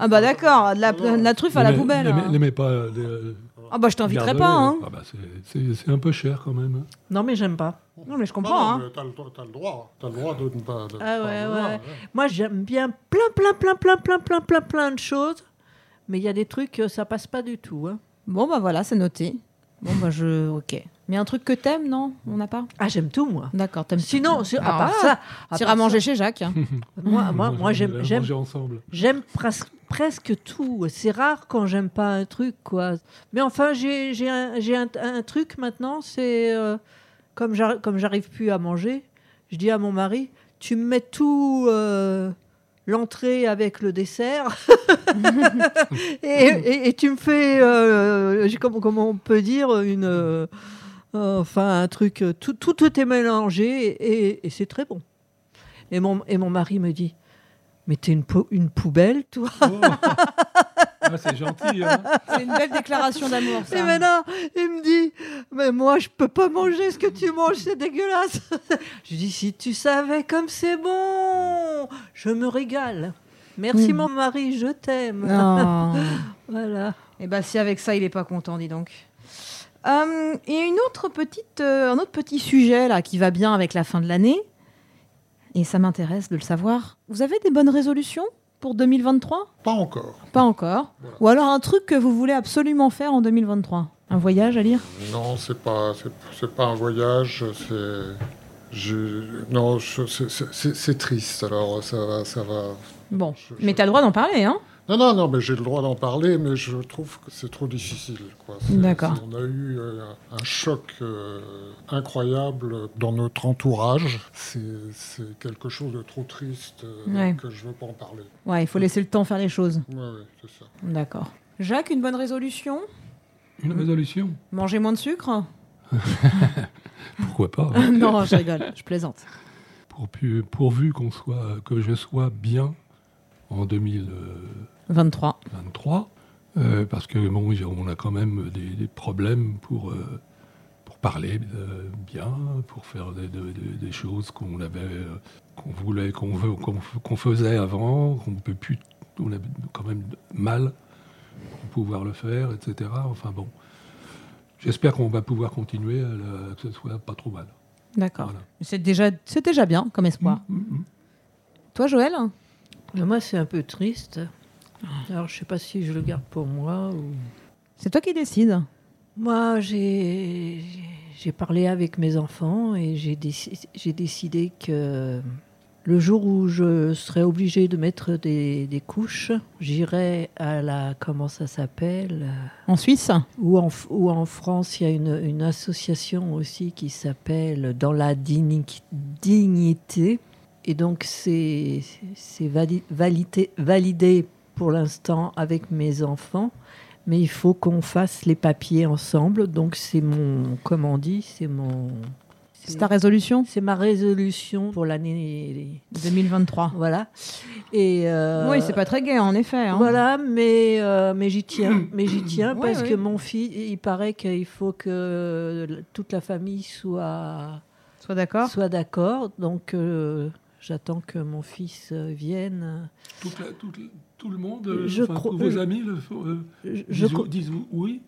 B: Ah bah d'accord, de la, de la truffe à la
D: N'aimez-
B: poubelle.
D: n'aimez-
B: hein.
D: N'aimez pas. euh, les, euh,
B: Ah bah je t'inviterai
D: garde-les,
B: pas. Hein.
D: Ah bah, c'est- c'est c'est un peu cher quand même.
C: Non mais j'aime pas.
B: Non mais je
E: Non,
B: comprends.
E: non,
B: Hein.
E: mais t'as le, droit- t'as le droit. T'as le droit de ne pas. de ne
C: Ah
E: pas
C: ouais,
E: vouloir,
C: ouais. Moi, j'aime bien plein, plein, plein, plein, plein, plein, plein, plein de choses. Mais il y a des trucs, euh, ça passe pas du tout. hein.
B: Bon bah voilà, c'est noté. Bon bah je... Ok. Mais un truc que t'aimes, non On n'a pas
C: Ah, j'aime tout, moi.
B: D'accord, t'aimes
C: Sinon, si- à
B: Alors
C: part
B: là,
C: ça, à
B: T'iras
C: part
B: manger chez Jacques. hein.
C: ça, moi, moi,
D: On
C: moi,
D: va
C: j'aime,
D: manger-
C: j'aime,
B: (laughs)
D: manger ensemble.
C: j'aime pres- presque tout. C'est rare quand j'aime pas un truc, quoi. Mais enfin, j'ai, j'ai un, j'ai un- un truc maintenant, c'est euh, comme, j'arri- comme j'arrive plus à manger, je dis à mon mari, tu me mets tout. euh, L'entrée avec le dessert. (laughs) et, et- et tu me fais, euh, j'ai- comment, comment on peut dire, une, euh, euh, enfin un truc, euh, tout, tout, tout est mélangé et, et- et c'est très bon. Et mon, et mon mari me dit, mais t'es une, pou- une poubelle, toi
D: Oh. Ah, c'est gentil. Hein.
B: C'est une belle déclaration d'amour. (laughs)
C: Et
B: ça.
C: maintenant, il me dit, mais moi, je peux pas manger ce que tu manges, c'est dégueulasse. (laughs) je dis, si tu savais comme c'est bon, je me régale. Merci
B: Mm.
C: mon mari, je t'aime.
B: Non.
C: Voilà.
B: Et bah si avec ça il est pas content, dis donc. Hum, et une autre petite, euh, un autre petit sujet là qui va bien avec la fin de l'année. Et ça m'intéresse de le savoir. Vous avez des bonnes résolutions pour 2023
E: Pas encore.
B: Pas encore.
E: Voilà.
B: Ou alors un truc que vous voulez absolument faire en 2023 Un voyage à lire
E: Non, c'est pas, c'est, c'est pas un voyage. C'est, je- non, je- c'est, c'est- c'est- c'est triste. Alors ça va, ça va.
B: Bon,
E: Je- je-
B: mais t'as le droit d'en parler, hein
E: Non, non, non, mais j'ai le droit d'en parler, mais je trouve que c'est trop difficile. Quoi. C'est-
B: D'accord.
E: c'est- On a eu euh, un choc euh, incroyable dans notre entourage. C'est, c'est quelque chose de trop triste euh,
B: Ouais.
E: que je veux pas en parler.
B: Ouais, il faut laisser le temps faire les choses.
E: Oui, oui, c'est ça.
B: D'accord. Jacques, une bonne résolution
D: Une résolution
B: Manger moins de (laughs) sucre
D: Pourquoi pas hein.
B: Non, je rigole, je plaisante.
D: Pour pu- pourvu qu'on soit, que je sois bien en 2023,
B: 23.
D: euh, parce que bon, j'ai- on a quand même des, des problèmes pour euh, pour parler euh, bien, pour faire des, des- des- des choses qu'on avait, euh, qu'on voulait, qu'on veut, qu'on f- qu'on faisait avant, qu'on peut plus, on a quand même mal pour pouvoir le faire, etc. Enfin bon. J'espère qu'on va pouvoir continuer, à la- que ce soit pas trop mal.
B: D'accord.
D: Voilà.
B: C'est déjà, c'est déjà bien comme espoir.
D: Mm, mm.
B: Toi, Joël
C: Mais moi, c'est un peu triste. Alors, je sais pas si je le garde pour moi ou...
B: C'est toi qui décides.
C: Moi, j'ai j'ai parlé avec mes enfants et j'ai déci- j'ai décidé que le jour où je serai obligée de mettre des, des couches, j'irai à la comment ça s'appelle euh,
B: En Suisse
C: ou en F- ou en France, il y a une, une association aussi qui s'appelle Dans la digni- dignité et donc c'est c'est vali- validé, validé pour l'instant avec mes enfants mais il faut qu'on fasse les papiers ensemble. Donc c'est mon, comment on dit, c'est mon,
B: C'est ta résolution
C: c'est ma résolution pour l'année.
B: 2023.
C: Voilà. Et euh,
B: Oui, c'est pas très gai, en effet. hein.
C: Voilà, mais euh, mais
B: (clears throat)
C: j'y tiens, mais j'y tiens
B: Ouais,
C: parce
B: ouais.
C: que mon fils, il paraît qu'il faut que la- toute la famille soit
B: Sois d'accord.
C: soit d'accord. Donc euh, j'attends que mon fils euh, vienne.
D: Toute la- toute la- Tout le monde, euh,
C: Je
D: enfin,
C: crois-
D: tous vos
C: je-
D: amis le font, euh,
C: Je- je
D: disent,
C: co-
D: disent oui.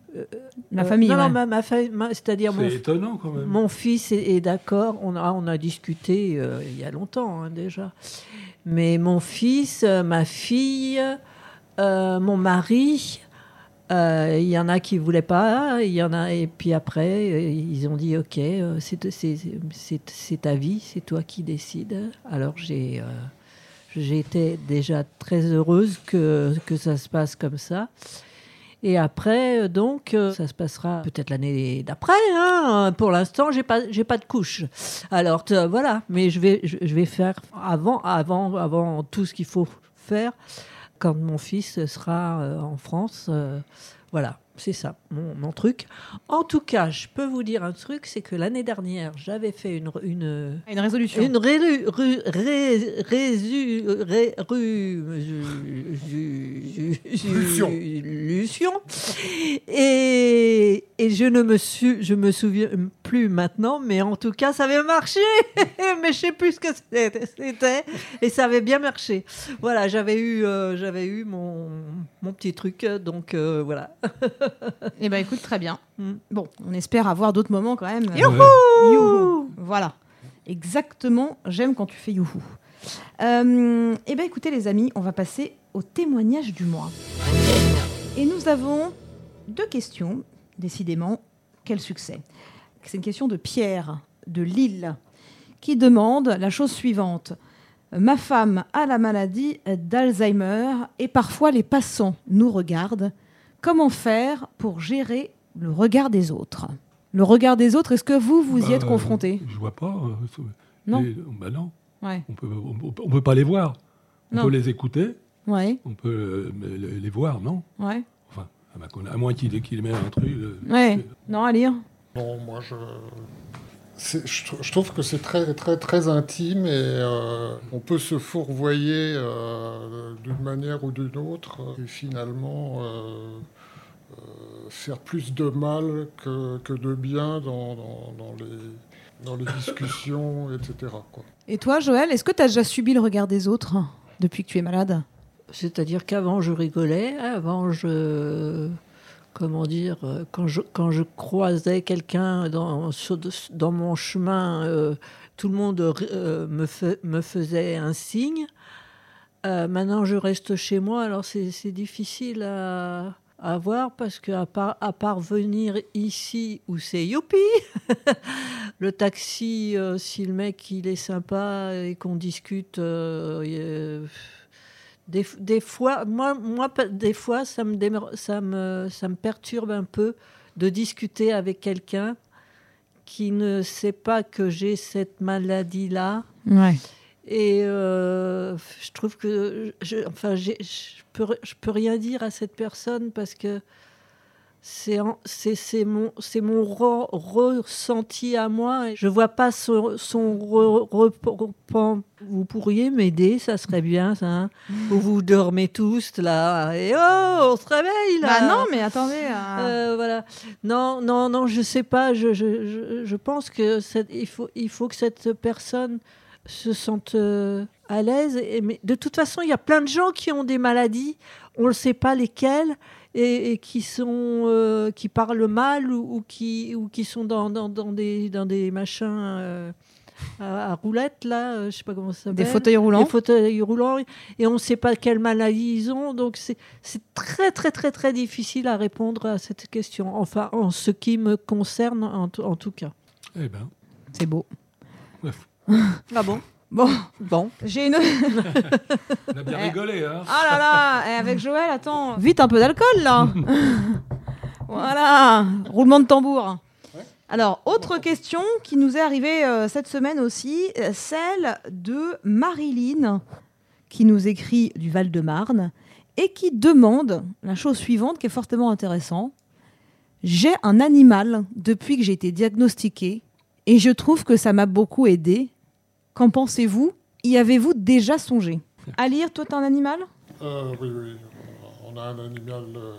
B: La famille,
C: Non, non,
B: ouais.
C: ma, ma fa- ma- c'est-à-dire mon,
D: C'est étonnant quand même.
C: mon fils est, est d'accord. On a, on a discuté euh, il y a longtemps hein, déjà. Mais mon fils, euh, ma fille, euh, mon mari, euh, il y en a qui voulaient pas. Il y en a et puis après euh, ils ont dit ok, euh, c'est c'est- c'est- c'est ta vie, c'est toi qui décides. Alors j'ai euh, j'ai été déjà très heureuse que, que ça se passe comme ça. Et après, euh, donc, euh, ça se passera peut-être l'année d'après. hein. Pour l'instant, j'ai pas, j'ai pas de couche. Alors t- euh, voilà, mais je vais, je, je vais faire avant, avant, avant tout ce qu'il faut faire quand mon fils sera euh, en France. euh, voilà, c'est ça mon, mon truc. En tout cas, je peux vous dire un truc, c'est que l'année dernière, j'avais fait une, une,
B: Ah, Une résolution.
C: une rélu- ru- ré- résu- ré- ru- ju- ju- ju-
E: Lution.
C: lution. Et, et je ne me, su- je me souviens plus maintenant, mais en tout cas, ça avait marché. (laughs) mais je sais plus ce que c'était- c'était. Et ça avait bien marché. Voilà, j'avais eu, euh, j'avais eu mon, mon petit truc. Donc euh, voilà.
B: Eh ben écoute, très bien.
C: Mm.
B: Bon, on espère avoir d'autres moments quand même.
D: Ouais.
B: Youhou Voilà. Exactement, j'aime quand tu fais youhou. Euh, eh bien écoutez les amis, on va passer au témoignage du mois. Et nous avons deux questions, décidément, quel succès. C'est une question de Pierre de Lille qui demande la chose suivante. Ma femme a la maladie d'Alzheimer et parfois les passants nous regardent. Comment faire pour gérer le regard des autres Le regard des autres, est-ce que vous, vous y
D: Bah,
B: êtes confronté
D: Je vois pas. euh,
B: Non.
D: les- bah non.
B: Ouais.
D: On peut, on, peut- on peut pas les voir. On
B: Non.
D: peut les écouter.
B: Ouais,
D: On peut euh, les, les voir, non
B: ouais.
D: Enfin, à ma conna- à moins qu'il qu'il mette un truc. euh,
B: Ouais. Non, à lire.
E: Non, moi je. c'est- Je, trou- je trouve que c'est très, très, très intime et euh, on peut se fourvoyer euh, d'une manière ou d'une autre et finalement euh, euh, faire plus de mal que, que de bien dans, dans- dans les, dans les discussions, etc. quoi.
B: Et toi, Joël, est-ce que tu as déjà subi le regard des autres hein, depuis que tu es malade
C: C'est-à-dire qu'avant, je rigolais, avant, je. Comment dire euh, Quand je, quand je croisais quelqu'un dans, sur- dans mon chemin, euh, tout le monde euh, me, fa- me faisait un signe. Euh, maintenant, je reste chez moi, alors c'est c'est difficile à, à voir parce qu'à part, à part venir ici où c'est youpi, (laughs) le taxi, euh, si le mec il est sympa et qu'on discute, euh, et, euh, des, des fois, moi, moi, pe- des fois, ça me, démer- ça me, ça me perturbe un peu de discuter avec quelqu'un qui ne sait pas que j'ai cette maladie-là.
B: Ouais.
C: Et euh, je trouve que, je, enfin, j'ai- je peux, je peux rien dire à cette personne parce que c'est en- c'est c'est mon c'est mon re- ressenti à moi. Je vois pas son, son re- re- repen- Vous pourriez m'aider, ça serait bien, ça. hein.
B: Mmh.
C: Vous vous dormez tous là et oh, on se réveille là.
B: Bah non, mais attendez. euh,
C: Euh, voilà. Non, non, non, je sais pas. Je, je, je, je pense que cette- il faut, il faut que cette personne se sente euh, à l'aise. Et, mais de toute façon, il y a plein de gens qui ont des maladies. On ne sait pas lesquelles et, et qui sont, euh, qui parlent mal ou, ou qui, ou qui sont dans, dans, dans des, dans des machins euh, à, à roulettes là. euh, Je sais pas comment ça s'appelle.
B: des fauteuils roulants.
C: Les fauteuils roulants. Et on ne sait pas quelle maladie ils ont. Donc, c'est c'est très, très, très, très difficile à répondre à cette question. Enfin, en ce qui me concerne, en, tout- en tout cas.
D: Eh ben,
B: C'est beau. (laughs)
D: bref.
C: Ah bon
B: Bon,
C: Bon.
B: j'ai une.
D: On a bien
B: Eh.
D: rigolé, hein
B: Ah là là, eh, avec Joël, attends. Vite un peu d'alcool là. (laughs) voilà, roulement de tambour. Alors, autre question qui nous est arrivée euh, cette semaine aussi, euh, celle de Marilyn, qui nous écrit du Val-de-Marne et qui demande la chose suivante qui est fortement intéressante. J'ai un animal depuis que j'ai été diagnostiquée et je trouve que ça m'a beaucoup aidée. Qu'en pensez-vous Y avez-vous déjà songé Alire, toi, t'as un animal
E: Euh, oui, oui, on a un animal euh,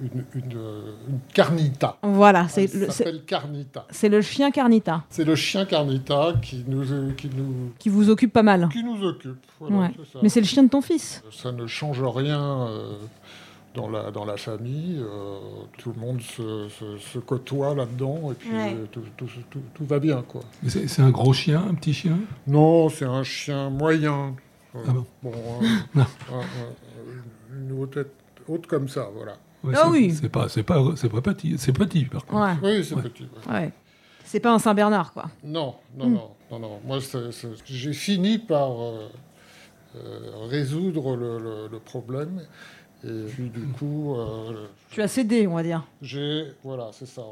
E: une, une, une carnita.
B: Voilà, c'est
E: Elle
B: le- c'est
E: s'appelle carnita.
B: c'est le chien Carnita
E: C'est le chien carnita qui nous, qui nous,
B: qui vous occupe pas mal.
E: qui nous occupe. Voilà,
B: Ouais.
E: c'est ça.
B: Mais c'est le chien de ton fils.
E: Ça ne change rien euh, dans, la, dans la famille. euh, tout le monde se, se- se côtoie là-dedans et puis
C: Ouais.
E: euh, tout, tout- tout- tout va bien. quoi.
D: Mais C'est c'est un gros chien, un petit chien
E: Non, c'est un chien moyen. Euh,
D: Ah bon. (laughs)
E: euh,
D: Non.
E: un- un- une haute tête haute comme ça, voilà.
D: Ouais,
B: Ah
D: c'est-
B: oui.
D: C'est pas, c'est pas, c'est pas petit. C'est petit, par contre.
B: Ouais.
E: Oui, c'est
D: Ouais.
E: petit. ouais.
B: ouais. C'est pas un Saint Bernard, quoi.
E: Non, non,
B: Mm.
E: non, non, non. Moi, c'est- c'est- j'ai fini par euh, euh, résoudre le, le- le problème. Et puis, du coup, euh,
B: Tu as cédé, on va dire.
E: j'ai. Voilà, c'est ça.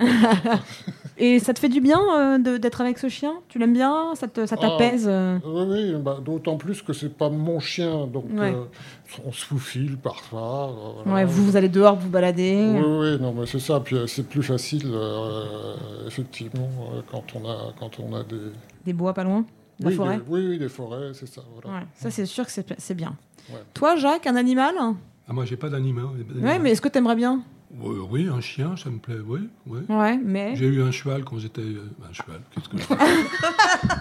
B: Et ça te fait du bien euh, de- d'être avec ce chien Tu l'aimes bien Ça te- ça t'apaise euh
E: Oui, oui, bah, d'autant plus que c'est pas mon chien, donc
B: Ouais.
E: euh, on se foufile parfois. euh, voilà.
B: Ouais, vous, vous allez dehors, vous balader.
E: Oui, oui, non, mais c'est ça. Puis euh, c'est plus facile, euh, effectivement, euh, quand on a, quand on a des.
B: Des bois pas loin de La
E: oui,
B: forêt
E: des- oui, oui, des forêts, c'est ça. Voilà.
B: Ouais, ça c'est sûr que c'est c'est bien.
E: Ouais.
B: Toi, Jacques, un animal
D: Ah, moi, j'ai pas d'animal.
B: Ouais, mais est-ce que t'aimerais bien
D: Ouais, oui, un chien, ça me plaît, oui. oui.
B: Ouais, mais.
D: J'ai eu un cheval quand j'étais... euh, Un cheval, qu'est-ce
B: (laughs)
D: que je...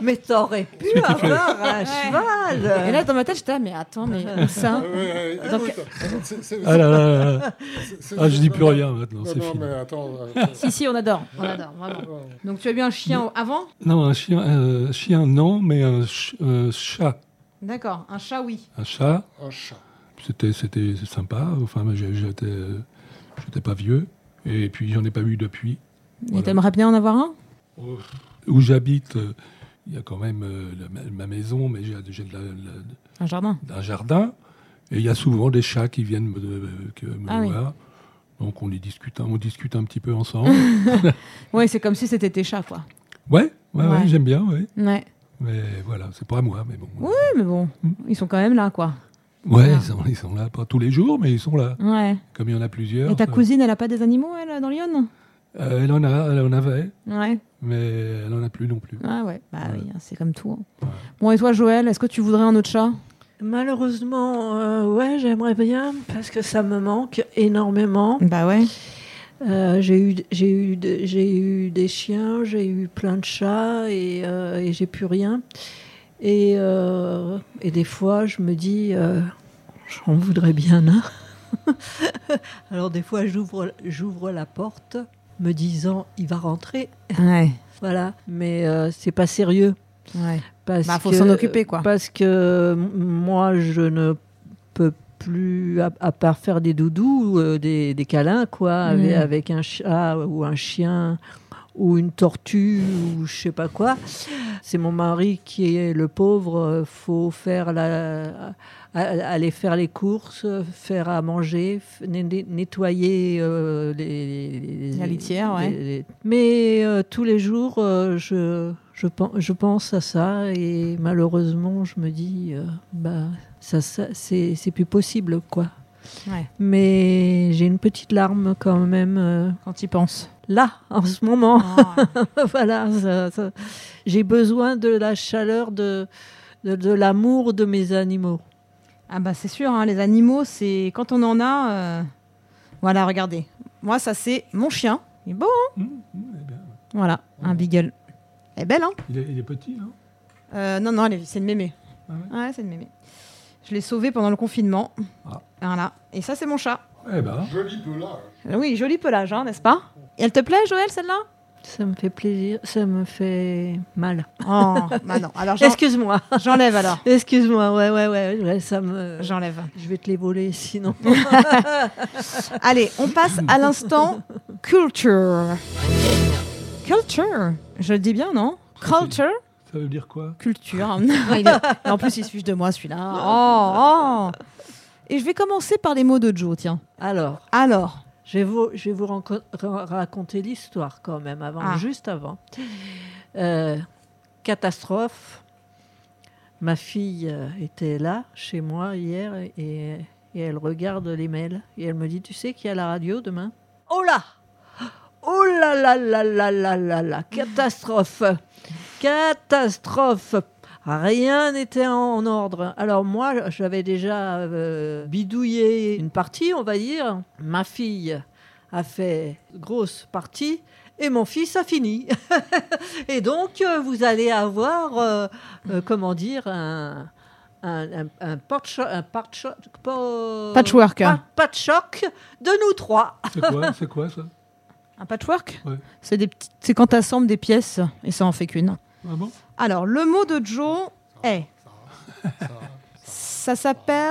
C: Mais t'aurais pu avoir un cheval.
B: Et là, dans ma tête, j'étais là, mais attends, mais ça.
E: (laughs) Ah, ouais, ouais,
B: Donc-
E: écoute, c'est- c'est-
D: Ah là là là là.
E: c'est- c'est-
D: Ah, je dis
E: non,
D: plus rien maintenant,
E: Non,
D: c'est
E: non,
D: fini.
E: mais attends. euh,
B: si, si, on adore. On adore, vraiment.
E: euh,
B: Donc, tu as eu un chien avant
D: Non, un chien, euh, chien non, mais un, ch- un chat.
B: D'accord, un chat, oui.
D: Un chat,
E: un chat.
D: c'était c'était sympa. Enfin, mais j'ai- j'étais euh, j'étais pas vieux. Et puis, j'en ai pas eu depuis.
B: Et
D: Voilà.
B: t'aimerais bien en avoir un
D: Où j'habite, euh, il y a quand même euh, la- ma- ma maison, mais j'ai j'ai de la- la,
B: Un jardin.
D: d'un jardin. Et il y a souvent des chats qui viennent me, de- que- me
B: Ah oui.
D: voir. Donc on les discute, un- on discute un petit
B: (laughs)
D: peu ensemble.
B: Ouais, c'est comme si c'était tes chats, quoi.
D: ouais, ouais, ouais,
B: Ouais.
D: j'aime bien, ouais.
B: Ouais.
D: Mais voilà, c'est pas à moi, mais bon.
B: Oui, mais bon, ils sont quand même là, quoi.
D: Ouais, ils sont, ils sont là, pas tous les jours, mais ils sont là.
B: Ouais.
D: Comme il y en a plusieurs.
B: Et ta
D: euh,
B: cousine, elle a pas des animaux, elle, dans Lyon
D: euh, Elle en a, elle en avait,
B: Ouais.
D: mais elle en a plus non plus.
B: Ah ouais, bah
D: Ouais.
B: oui, hein, c'est comme tout. hein. Bon, et toi, Joël, est-ce que tu voudrais un autre chat
C: Malheureusement, euh, ouais, j'aimerais bien parce que ça me manque énormément.
B: Bah ouais.
C: Euh, j'ai eu, j'ai eu, de- j'ai eu des chiens, j'ai eu plein de chats et, euh, et j'ai plus rien. Et, euh, et des fois, je me dis, euh, j'en voudrais bien un. (laughs) Alors des fois, j'ouvre, j'ouvre la porte, me disant, il va rentrer.
B: Ouais.
C: Voilà, mais euh, c'est pas sérieux.
B: Ouais.
C: Parce
B: Bah, faut
C: que-
B: s'en occuper, quoi.
C: Parce que m- moi, je ne peux plus, à, à part faire des doudous, euh, des, des câlins, quoi,
B: Mm.
C: avec, avec un chat ou un chien ou une tortue ou je sais pas quoi. C'est mon mari qui est le pauvre. euh, Faut faire la, a- aller faire les courses, euh, faire à manger, f- né- né- nettoyer euh, les, les-
B: La litière, ouais.
C: les- les- Mais euh, tous les jours, euh, je, je, pen- je pense à ça et malheureusement, je me dis, euh, bah, ça, ça- c'est c'est plus possible, quoi.
B: Ouais.
C: Mais j'ai une petite larme quand même euh,
B: Quand tu penses.
C: là, en ce moment.
B: Ah.
C: (laughs) voilà, ça- ça- j'ai besoin de la chaleur, de, de, de l'amour de mes animaux.
B: Ah bah c'est sûr, hein, les animaux, c'est quand on en a. euh, Voilà, regardez. Moi, ça c'est mon chien. Il est beau. hein
D: Mmh, mmh, eh bien,
B: voilà, un beagle. Elle est belle, hein
D: il, est, il est petit, non
B: Euh, Non, non, elle est- c'est une mémé.
D: Ah
B: ouais, c'est une mémé. Je l'ai sauvée pendant le confinement.
D: Ah.
B: Voilà. Et ça, c'est mon chat.
D: Eh ben,
E: Joli pelage.
B: Euh, Oui, joli pelage, hein, n'est-ce pas Et elle te plaît, Joël, celle-là
C: Ça me fait plaisir, ça me fait mal.
B: Oh, bah non. Alors, j'en-
C: Excuse-moi, (laughs)
B: j'enlève alors.
C: excuse-moi, ouais, ouais, ouais, ouais, ça me.
B: J'enlève.
C: Je vais te les voler sinon. (laughs)
B: Allez, on passe à l'instant culture. Culture. Je le dis bien, non Culture
D: ça veut dire quoi
B: Culture. Il (laughs) est- en plus, il se fiche de moi, celui-là. Oh, oh. Et je vais commencer par les mots de Joe, tiens.
C: Alors,
B: Alors,
C: je vais vous, je vais vous ranco- ra- raconter l'histoire quand même, avant,
B: Ah.
C: juste avant. Euh, catastrophe. Ma fille euh, était là, chez moi, hier, et, et elle regarde les mails. Et elle me dit Tu sais qu'il y a la radio demain Oh là Oh là là là là là là là Catastrophe Catastrophe Rien n'était en, en ordre. Alors moi, j'avais déjà euh, bidouillé une partie, on va dire. Ma fille a fait grosse partie et mon fils a fini. (laughs) et donc, euh, vous allez avoir, euh, euh, comment dire, un, un, un, un, porte-cho- un porte-cho- po-
B: Patchwork.
C: pa- patchwork de nous trois.
B: (laughs)
D: C'est quoi, c'est quoi ça
B: Un patchwork
D: Ouais.
B: C'est des petites- c'est quand t'assembles des pièces et ça en fait qu'une.
D: Ah bon
B: Alors, le mot de Joe est. Ça s'appelle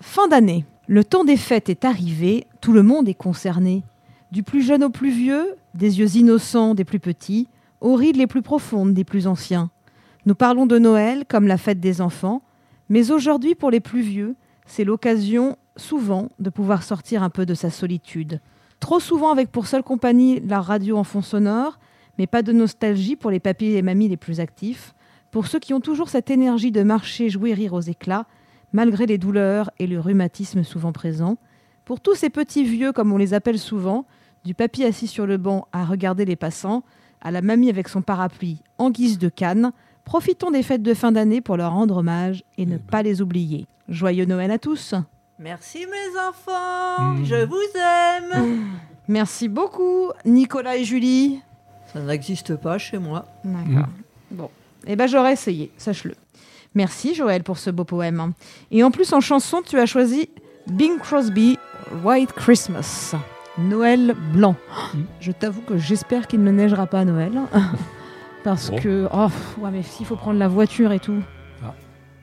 B: fin d'année. Le temps des fêtes est arrivé, tout le monde est concerné. Du plus jeune au plus vieux, des yeux innocents des plus petits, aux rides les plus profondes des plus anciens. Nous parlons de Noël comme la fête des enfants, mais aujourd'hui pour les plus vieux, c'est l'occasion souvent de pouvoir sortir un peu de sa solitude. Trop souvent avec pour seule compagnie la radio en fond sonore, mais pas de nostalgie pour les papiers et mamies les plus actifs, pour ceux qui ont toujours cette énergie de marcher, jouer, rire aux éclats, malgré les douleurs et le rhumatisme souvent présent, pour tous ces petits vieux, comme on les appelle souvent, du papy assis sur le banc à regarder les passants, à la mamie avec son parapluie en guise de canne, profitons des fêtes de fin d'année pour leur rendre hommage et ne
D: Eh ben.
B: pas les oublier. Joyeux Noël à tous
C: Merci mes enfants,
D: Mm.
C: je vous aime.
B: Merci beaucoup, Nicolas et Julie.
C: Ça n'existe pas chez moi.
B: D'accord.
D: Mm.
B: Bon. Eh ben, j'aurais essayé, sache-le. Merci, Joël, pour ce beau poème. Et en plus, en chanson, tu as choisi Bing Crosby, White Christmas. Noël blanc.
D: Mm.
B: Je t'avoue que j'espère qu'il ne neigera pas à Noël. (laughs) parce
D: Bon.
B: que. Oh, pff, ouais, mais s'il faut prendre la voiture et tout,
D: Ah.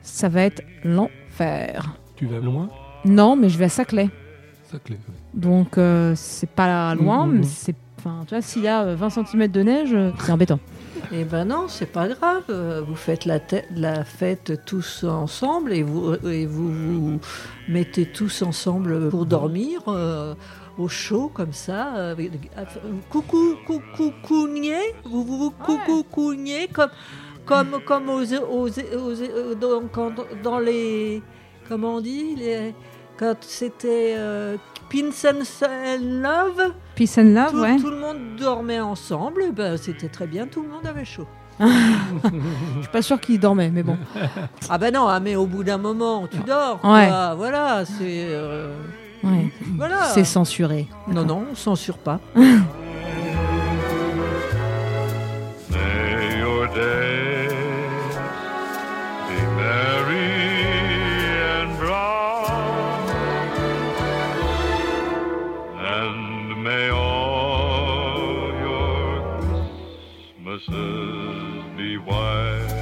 B: ça va être l'enfer.
D: Tu vas loin
B: Non, mais je vais à Saclay.
D: Ça clé.
B: Donc, euh, c'est pas loin,
D: Mm, mm,
B: mais
D: mm.
B: c'est. Enfin, tu vois, s'il y a euh, 20 cm de neige, euh, c'est embêtant.
C: Eh ben non, c'est pas grave. euh, Vous faites la, te- la fête tous ensemble et vous, euh, et vous vous mettez tous ensemble pour dormir euh, au chaud comme ça. euh, avec- euh, coucou, coucou, cougnez, vous vous, vous coucou, cougnez comme comme comme aux, aux, aux- euh, dans, quand- dans les comment on dit les, quand c'était euh, Pins and Love.
B: Peace and love,
C: Tout,
B: Ah ouais.
C: tout le monde dormait ensemble, et ben, c'était très bien, tout le monde avait chaud.
B: Je suis pas sûre qu'il dormait, mais bon.
C: Ah ben non, ah, mais au bout d'un moment, tu dors.
B: Ouais.
C: quoi. Voilà, c'est... euh,
B: Ouais.
C: voilà.
B: C'est censuré.
C: Non, non, on censure pas.
F: May your days be merry and broad, and may all your Christmases be white.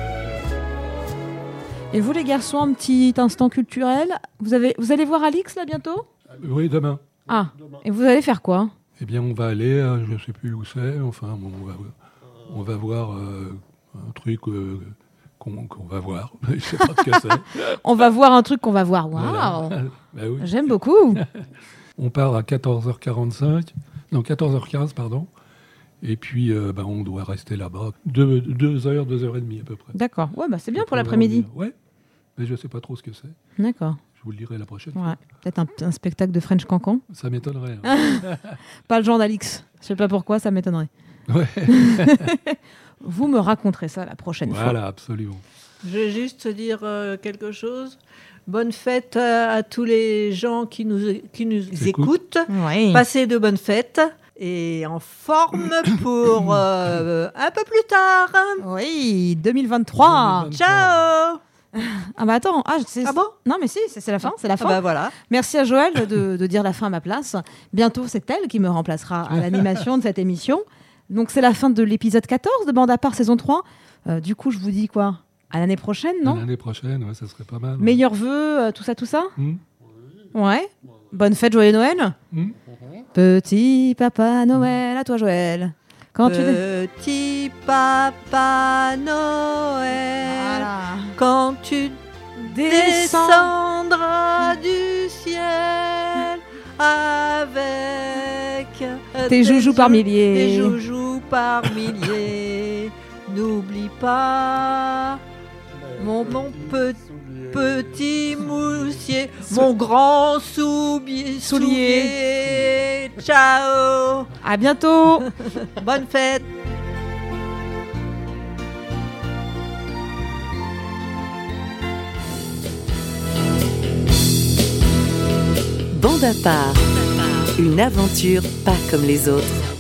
B: Et vous, les garçons, un petit instant culturel vous, avez, vous allez voir Alix là bientôt
D: Oui, demain.
B: Ah,
E: Demain.
B: et vous allez faire quoi
D: Eh bien, on va aller, euh, je ne sais plus où c'est, enfin, bon, on, va, on va voir euh, un truc euh, qu'on qu'on va voir. (laughs) je ne sais pas ce que c'est.
B: On va voir un truc qu'on va voir. Waouh
D: Voilà. Bah oui.
B: (laughs) J'aime beaucoup
D: On part à 14h45, non, 14h15, pardon. Et puis, euh, bah, on doit rester là-bas deux, deux heures, deux heures et demie à peu près.
B: D'accord. Ouais, bah c'est bien pour
D: Après,
B: l'après-midi.
D: on va- Ouais, mais je ne sais pas trop ce que c'est.
B: D'accord.
D: Je vous le dirai la prochaine.
B: Ouais. Peut-être un, un spectacle de French Cancan.
D: Ça m'étonnerait. hein.
B: Pas le genre d'Alix. Je sais pas pourquoi, ça m'étonnerait.
D: Ouais.
B: (laughs) Vous me raconterez ça la prochaine fois.
D: voilà, absolument.
C: Je vais juste te dire euh, quelque chose. Bonne fête euh, à tous les gens qui nous, qui nous
D: Écoute.
C: écoutent.
B: Ouais.
C: Passez de bonnes fêtes et en (coughs) forme pour euh, un peu plus tard.
B: Oui, 2023.
D: 2023.
C: Ciao
B: Ah bah attends, ah, c'est-
C: Ah bon
B: Non mais si, c'est c'est la fin, c'est la
C: Ah
B: fin.
C: bah voilà.
B: Merci à Joël de, de dire la fin à ma place. Bientôt, c'est elle qui me remplacera à l'animation de cette émission. Donc, c'est la fin de l'épisode 14 de Bande à part saison 3. Euh, du coup, je vous dis quoi À l'année prochaine, non
D: L'année prochaine, ouais, ça serait pas mal. ouais.
B: Meilleurs vœux, euh, tout ça, tout ça
D: Hmm
B: Ouais. Bonne fête, joyeux Noël.
D: Hmm
B: Petit papa Noël, à toi, Joël. Quand tu.
C: Euh,
B: dé-
C: Petit papa Noël,
B: Voilà.
C: quand tu
B: Descends.
C: descendras du ciel avec
B: Tes joujoux par
C: milliers,
B: milliers.
C: tes joujoux par milliers, n'oublie pas Mon- mon
E: euh,
C: pe- petit moussier, mon grand soubi- soulier. Ciao,
B: À bientôt.
C: bonne fête.
A: Bande à part, une aventure pas comme les autres.